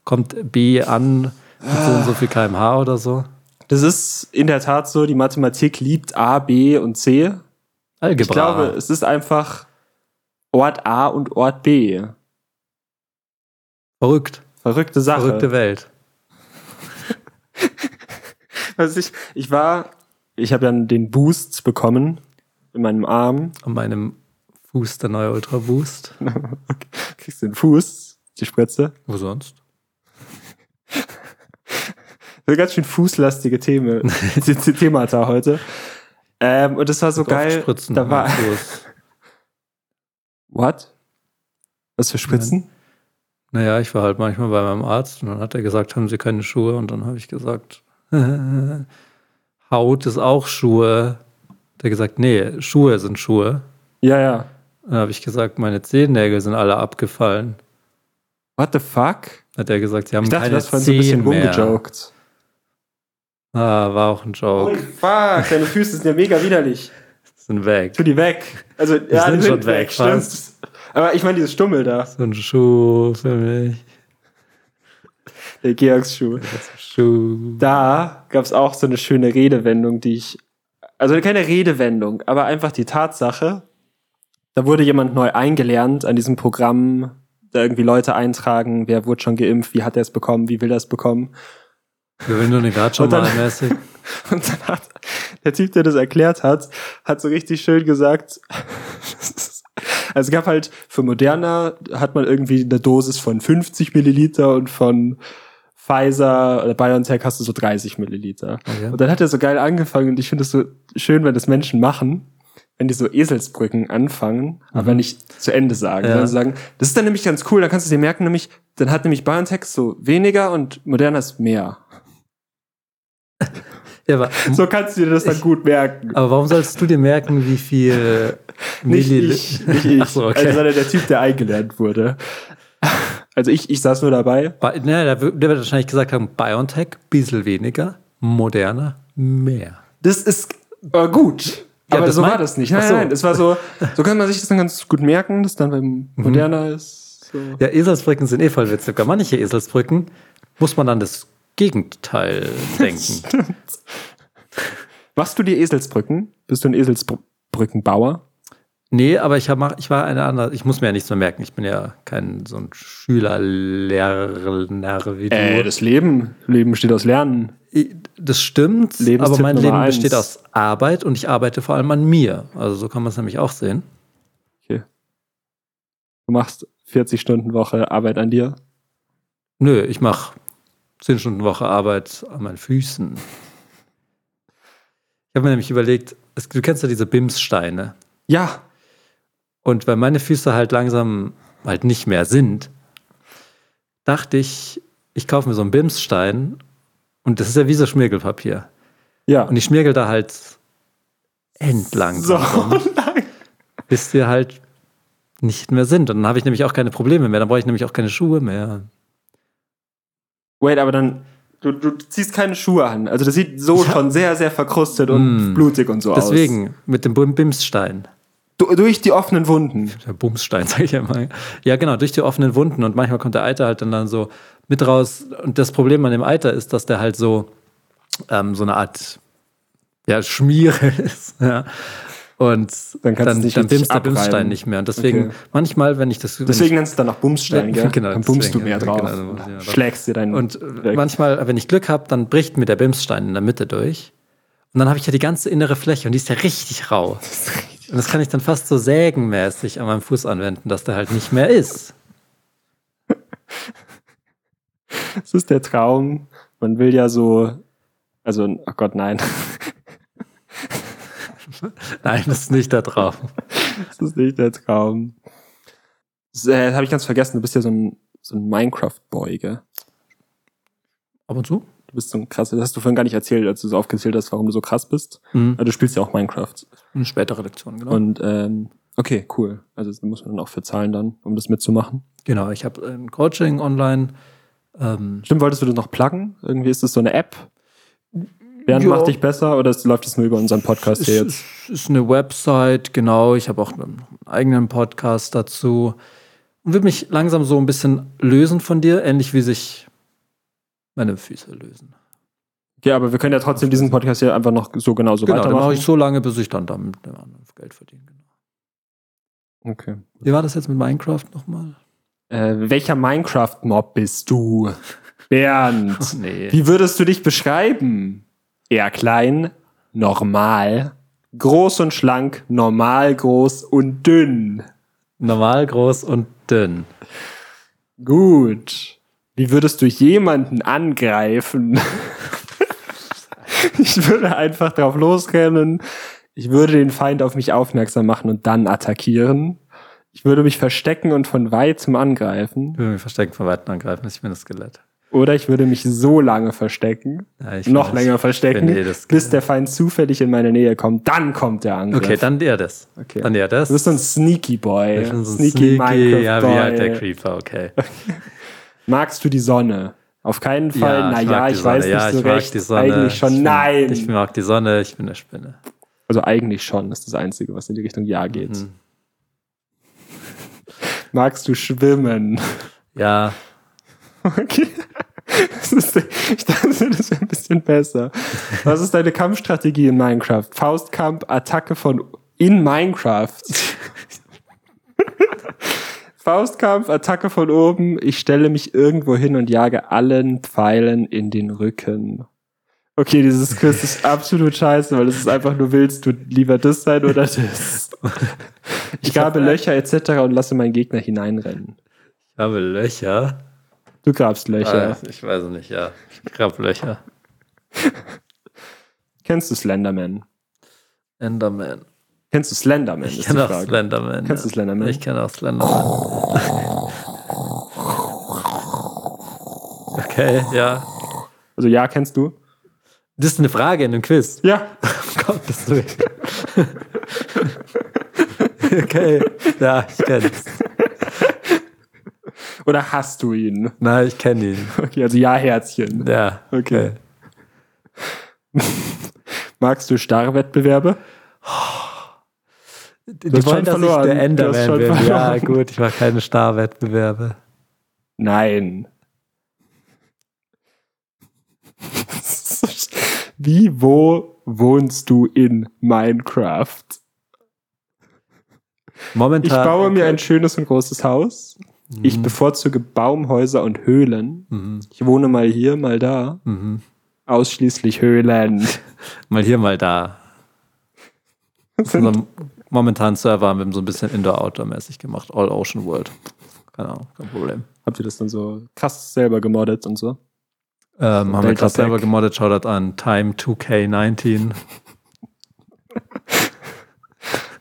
B: kommt B an mit so und so viel kmh oder so?
A: das ist in der Tat so, die Mathematik liebt A, B und C.
B: Algebra.
A: Ich glaube, es ist einfach Ort A und Ort B.
B: Verrückt.
A: Verrückte Sache.
B: Verrückte Welt.
A: Also ich, ich war, ich habe dann den Boost bekommen in meinem Arm.
B: An meinem Fuß der neue Ultra Boost.
A: Kriegst den Fuß, die Spritze.
B: Wo sonst?
A: Das sind ganz schön fußlastige Themen, die, die Themata heute. Ähm, und das war so
B: Oft
A: geil.
B: Spritzen.
A: Da war,
B: am Fuß.
A: what? Was für Spritzen?
B: Naja, ich war halt manchmal bei meinem Arzt und dann hat er gesagt, haben Sie keine Schuhe? Und dann habe ich gesagt, Haut ist auch Schuhe. Der hat gesagt, nee, Schuhe sind Schuhe.
A: Ja, ja.
B: Dann habe ich gesagt, meine Zehennägel sind alle abgefallen.
A: What the fuck?
B: Hat er gesagt, sie haben
A: Ich dachte,
B: keine
A: das war so ein bisschen
B: Zehen mehr.
A: rumgejoked.
B: Ah, war auch ein Joke.
A: fuck, deine Füße sind ja mega widerlich.
B: Sind weg.
A: Tu die weg. Also, die ja,
B: sind
A: die
B: schon weg,
A: stimmt. Aber ich meine, dieses Stummel da,
B: So ein Schuh für mich.
A: der Georgs Schuh.
B: Schuh.
A: da gab es auch so eine schöne Redewendung, die ich. Also keine Redewendung, aber einfach die Tatsache, da wurde jemand neu eingelernt an diesem Programm, da irgendwie Leute eintragen, wer wurde schon geimpft, wie hat er es bekommen, wie will er es bekommen.
B: Wir will nur eine Gatscha
A: Und dann-
B: mal mäßig.
A: Und dann hat der Typ, der das erklärt hat, hat so richtig schön gesagt, also es gab halt für Moderna hat man irgendwie eine Dosis von 50 Milliliter und von Pfizer oder BioNTech hast du so 30 Milliliter.
B: Okay.
A: Und dann hat er so geil angefangen und ich finde es so schön, wenn das Menschen machen. wenn die so Eselsbrücken anfangen, aber nicht zu Ende sagen. sondern sie sagen, das ist dann nämlich ganz cool, dann kannst du dir merken, nämlich, dann hat nämlich BioNTech so weniger und moderner ist mehr.
B: Ja, aber,
A: So kannst du dir das dann gut merken.
B: aber warum sollst du dir merken, wie viel
A: Nicht
B: Millil-
A: ich, nicht ich.
B: Ach so, okay.
A: also, sondern der Typ, der eingelernt wurde. Also ich, ich saß nur dabei.
B: Ba- Ne, der, wür- der wird wahrscheinlich gesagt haben, Biontech, bisschen weniger, moderner, mehr.
A: Das ist äh, gut.
B: Ja,
A: aber
B: das
A: so war
B: mein-
A: das nicht. Nein,
B: Ach so.
A: nein, das war so, Mhm. so kann man sich das dann ganz gut merken, dass dann beim moderner ist. So.
B: Ja, Eselsbrücken sind eh voll witzig. Bei manchen Eselsbrücken muss man an das Gegenteil denken.
A: Machst du dir Eselsbrücken? Bist du ein Eselsbrückenbauer?
B: nee, aber ich, hab, mach- ich war eine andere, ich muss mir ja nichts mehr merken. Ich bin ja kein so ein Schüler, Lehrer, wie du.
A: Äh, das Leben. Leben besteht aus Lernen.
B: I- Das stimmt,
A: Lebenstipp
B: aber mein
A: Nummer
B: Leben
A: eins.
B: besteht aus Arbeit und ich arbeite vor allem an mir. Also so kann man es nämlich auch sehen.
A: Du machst 40 Stunden Woche Arbeit an dir.
B: Nö, ich mache 10 Stunden Woche Arbeit an meinen Füßen. Ich habe mir nämlich überlegt, es, du kennst ja diese Bimssteine.
A: Ja,
B: Und weil meine Füße halt langsam halt nicht mehr sind, dachte ich, ich kaufe mir so einen Bimsstein und das ist ja wie so Schmirgelpapier.
A: ja.
B: Und ich schmirgel da halt entlang.
A: so
B: dran rum.
A: lang.
B: bis wir halt nicht mehr sind. Und dann habe ich nämlich auch keine Probleme mehr. Dann brauche ich nämlich auch keine Schuhe mehr.
A: Wait, aber dann, du, du ziehst keine Schuhe an. Also das sieht so schon sehr, sehr verkrustet und
B: Mm.
A: blutig und so aus.
B: Deswegen mit dem Bim- Bimsstein.
A: Du, durch die offenen Wunden.
B: Der Bumsstein, sage ich ja mal. Ja, genau, durch die offenen Wunden. Und manchmal kommt der Eiter halt dann, dann so mit raus. Und das Problem an dem Eiter ist, dass der halt so, ähm, so eine Art ja, Schmiere ist. Ja. Und
A: Dann kannst du's nicht richtig
B: dann bimst der Bimsstein
A: abreiben.
B: nicht mehr. Und deswegen,
A: Okay.
B: manchmal, wenn ich das. wenn
A: Deswegen
B: ich,
A: nennst du dann noch Bumsstein, gell?
B: Genau,
A: dann bummst du
B: deswegen,
A: mehr
B: ja,
A: drauf.
B: genau, dann muss ich mehr drauf.
A: Schlägst dir deinen
B: Und äh,
A: weg.
B: manchmal, wenn ich Glück habe, dann bricht mir der Bimsstein in der Mitte durch. Und dann habe ich ja die ganze innere Fläche und die ist ja richtig rau. Und das kann ich dann fast so sägenmäßig an meinem Fuß anwenden, dass der halt nicht mehr ist.
A: Das ist der Traum. Man will ja so, also, oh Gott, nein.
B: Nein, das ist nicht da drauf.
A: Das ist nicht der Traum. Das, äh, habe ich ganz vergessen. Du bist ja so ein, so ein Minecraft-Boy, gell?
B: Ab und zu?
A: Du bist so ein krasser, das hast du vorhin gar nicht erzählt, als du so aufgezählt hast, warum du so krass bist.
B: Mhm.
A: Aber du spielst ja auch Minecraft.
B: Eine spätere Lektion, genau.
A: Und ähm, okay, cool. Also das muss man dann auch für zahlen dann, um das mitzumachen.
B: genau, ich habe ein Coaching online. Ähm,
A: Stimmt, wolltest du das noch pluggen? Irgendwie ist das so eine App. Bernd
B: Ja.
A: macht dich besser oder es läuft das nur über unseren Podcast hier jetzt?
B: ist, ist eine Website, genau. Ich habe auch einen eigenen Podcast dazu. Und will mich langsam so ein bisschen lösen von dir, ähnlich wie sich meine Füße lösen.
A: Okay, aber wir können ja trotzdem diesen Podcast hier einfach noch so genauso
B: genau, dann mache
A: weitermachen.
B: ich so lange, bis ich dann damit dem anderen Geld verdiene. Genau.
A: okay.
B: Wie war das jetzt mit Minecraft nochmal?
A: äh, welcher Minecraft-Mob bist du? Bernd.
B: Oh, nee.
A: Wie würdest du dich beschreiben? Eher klein, normal, groß und schlank, normal groß und dünn.
B: Normal, groß und dünn.
A: Gut. Wie würdest du jemanden angreifen? ich würde einfach drauf losrennen. Ich würde den Feind auf mich aufmerksam machen und dann attackieren. Ich würde mich verstecken und von weitem
B: Ich
A: angreifen.
B: will mich verstecken, von Weitem angreifen. Ich bin das Skelett.
A: Oder ich würde mich so lange verstecken,
B: Ja, ich
A: noch
B: weiß.
A: länger verstecken,
B: Wenn ihr das-
A: bis der Feind zufällig in meine Nähe kommt. Dann kommt der Angriff.
B: Okay, dann eher das.
A: Okay.
B: Dann eher das.
A: Du bist so ein Sneaky Boy.
B: Ich bin so ein Sneaky,
A: Minecraft Äh,
B: ja,
A: Boy.
B: wie halt der Creeper, okay.
A: Magst du die Sonne? Auf keinen Fall. Na
B: mag
A: ja,
B: die
A: ich
B: Sonne.
A: weiß nicht
B: ja,
A: so
B: ich mag
A: recht.
B: Die Sonne.
A: Eigentlich schon
B: ich bin,
A: nein.
B: Ich mag die Sonne, ich bin eine Spinne.
A: also eigentlich schon ist das Einzige, was in die Richtung ja geht.
B: Mhm.
A: Magst du schwimmen?
B: Ja,
A: Okay. Das ist, ich dachte, das wäre ein bisschen besser. Was ist deine Kampfstrategie in Minecraft? Faustkampf, Attacke von in Minecraft. Faustkampf, Attacke von oben. Ich stelle mich irgendwo hin und jage allen Pfeilen in den Rücken. Okay, dieses Quiz ist absolut scheiße, weil es ist einfach nur, willst du lieber das sein oder das? Ich grabe Löcher etc. und lasse meinen Gegner hineinrennen.
B: ich habe Löcher.
A: Du grabst Löcher.
B: Ah, ich weiß es nicht, ja. Ich grab Löcher.
A: Kennst du Slenderman?
B: Enderman.
A: Kennst du Slenderman?
B: Ich
A: ist
B: kenne
A: die
B: auch
A: Frage.
B: Slenderman.
A: Kennst du Slenderman?
B: Ich kenne auch Slenderman. Okay, ja.
A: Also ja, kennst du?
B: Das ist eine Frage in einem Quiz.
A: Ja.
B: Gottes Willen. okay, ja, ich kenne es.
A: Oder hast du ihn?
B: Nein, ich kenne ihn.
A: Okay, also ja, Herzchen.
B: Ja.
A: Okay. Magst du starre Wettbewerbe?
B: Die
A: hast schon
B: wollen, dass
A: verloren.
B: ich der
A: Du hast schon
B: Enderman bin. Ja,
A: verloren.
B: gut, ich mache keine Star-Wettbewerbe.
A: Nein. Wie, wo wohnst du in Minecraft? Ich
B: Momentan.
A: baue mir ein schönes und großes Haus.
B: Mhm.
A: Ich bevorzuge Baumhäuser und Höhlen. Ich wohne mal hier, mal da.
B: Mhm.
A: Ausschließlich Höhlen.
B: Mal hier, mal da.
A: Sind,
B: Unser momentanen Server haben wir so ein bisschen Indoor-Outdoor-mäßig gemacht. All Ocean World. Keine Ahnung, kein Problem.
A: habt ihr das dann so krass selber gemoddet und so?
B: Ähm, haben wir
A: Delta
B: gerade selber
A: Pack.
B: gemoddet. Shoutout an Time 2K19.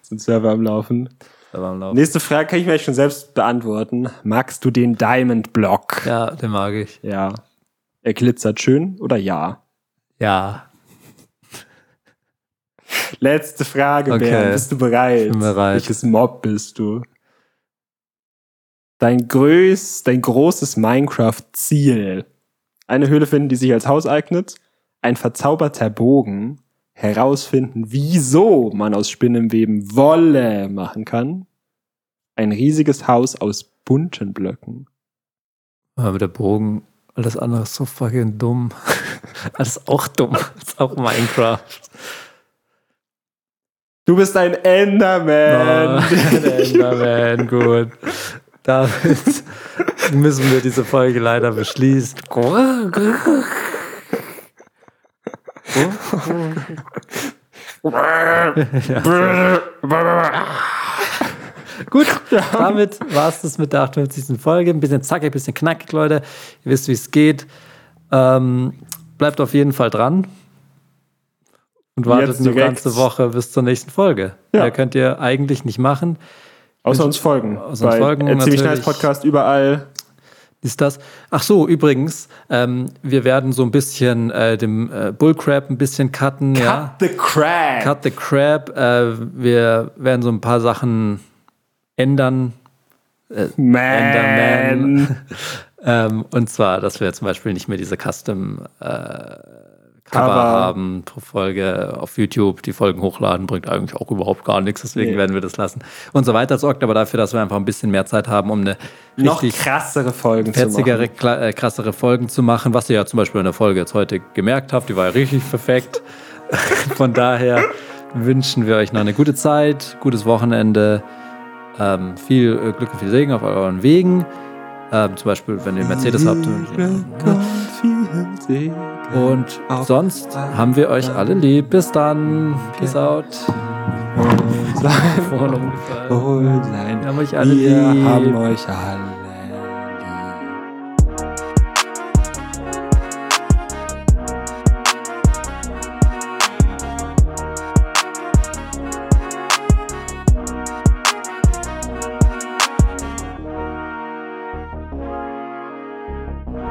A: Sind Server am Laufen?
B: Da war am Laufen.
A: Nächste Frage kann ich mir eigentlich schon selbst beantworten. Magst du den Diamond Block?
B: Ja, den mag ich.
A: Ja. Er glitzert schön oder ja?
B: Ja,
A: Letzte Frage,
B: Okay.
A: Bernd. Bist du bereit?
B: Bin bereit.
A: Welches Mob bist du? Dein, größ, dein großes Minecraft-Ziel. Eine Höhle finden, die sich als Haus eignet. Ein verzauberter Bogen. Herausfinden, wieso man aus Spinnenweben Wolle machen kann. Ein riesiges Haus aus bunten Blöcken.
B: Aber mit der Bogen. Alles andere ist so fucking dumm. Alles auch dumm. Das ist auch Minecraft.
A: Du bist ein Enderman.
B: Enderman, gut. Damit müssen wir diese Folge leider beschließen. Gut, damit war es das mit der 58. Folge. Ein bisschen zackig, ein bisschen knackig, Leute. Ihr wisst, wie es geht. Ähm, bleibt auf jeden Fall dran. Und wartet
A: Jetzt
B: eine
A: direkt.
B: ganze Woche bis zur nächsten Folge.
A: Ja.
B: Mehr könnt ihr eigentlich nicht machen.
A: Außer uns folgen.
B: Außer uns
A: Bei
B: folgen,
A: Ein ziemlich nice
B: natürlich.
A: Podcast überall.
B: Ist das? Ach so, übrigens, ähm, wir werden so ein bisschen äh, dem äh, Bullcrap ein bisschen cutten. ja.
A: the crap.
B: Cut the Crap. Äh, wir werden so ein paar Sachen ändern.
A: Man.
B: Enderman. Ähm, und zwar, dass wir zum Beispiel nicht mehr diese Custom äh, Cover, haben pro Folge auf YouTube. Die Folgen hochladen bringt eigentlich auch überhaupt gar nichts, deswegen werden wir das lassen. Und so weiter. Das sorgt aber dafür, dass wir einfach ein bisschen mehr Zeit haben, um eine
A: Noch
B: richtig
A: krassere Folgen zu
B: fetzigere,
A: machen.
B: kla- äh, krassere Folgen zu machen, was ihr ja zum Beispiel in der Folge jetzt heute gemerkt habt. Die war ja richtig perfekt. Von daher wünschen wir euch noch eine gute Zeit, gutes Wochenende, ähm, viel äh, Glück und viel Segen auf euren Wegen. Ähm, zum Beispiel, wenn ihr einen Mercedes habt. Und sonst haben wir euch alle lieb. Bis dann. Peace out. Vorhin umgefallen.
A: Wohlsein.
B: Wir haben euch alle
A: Oh, Wir
B: lieb.
A: haben euch alle.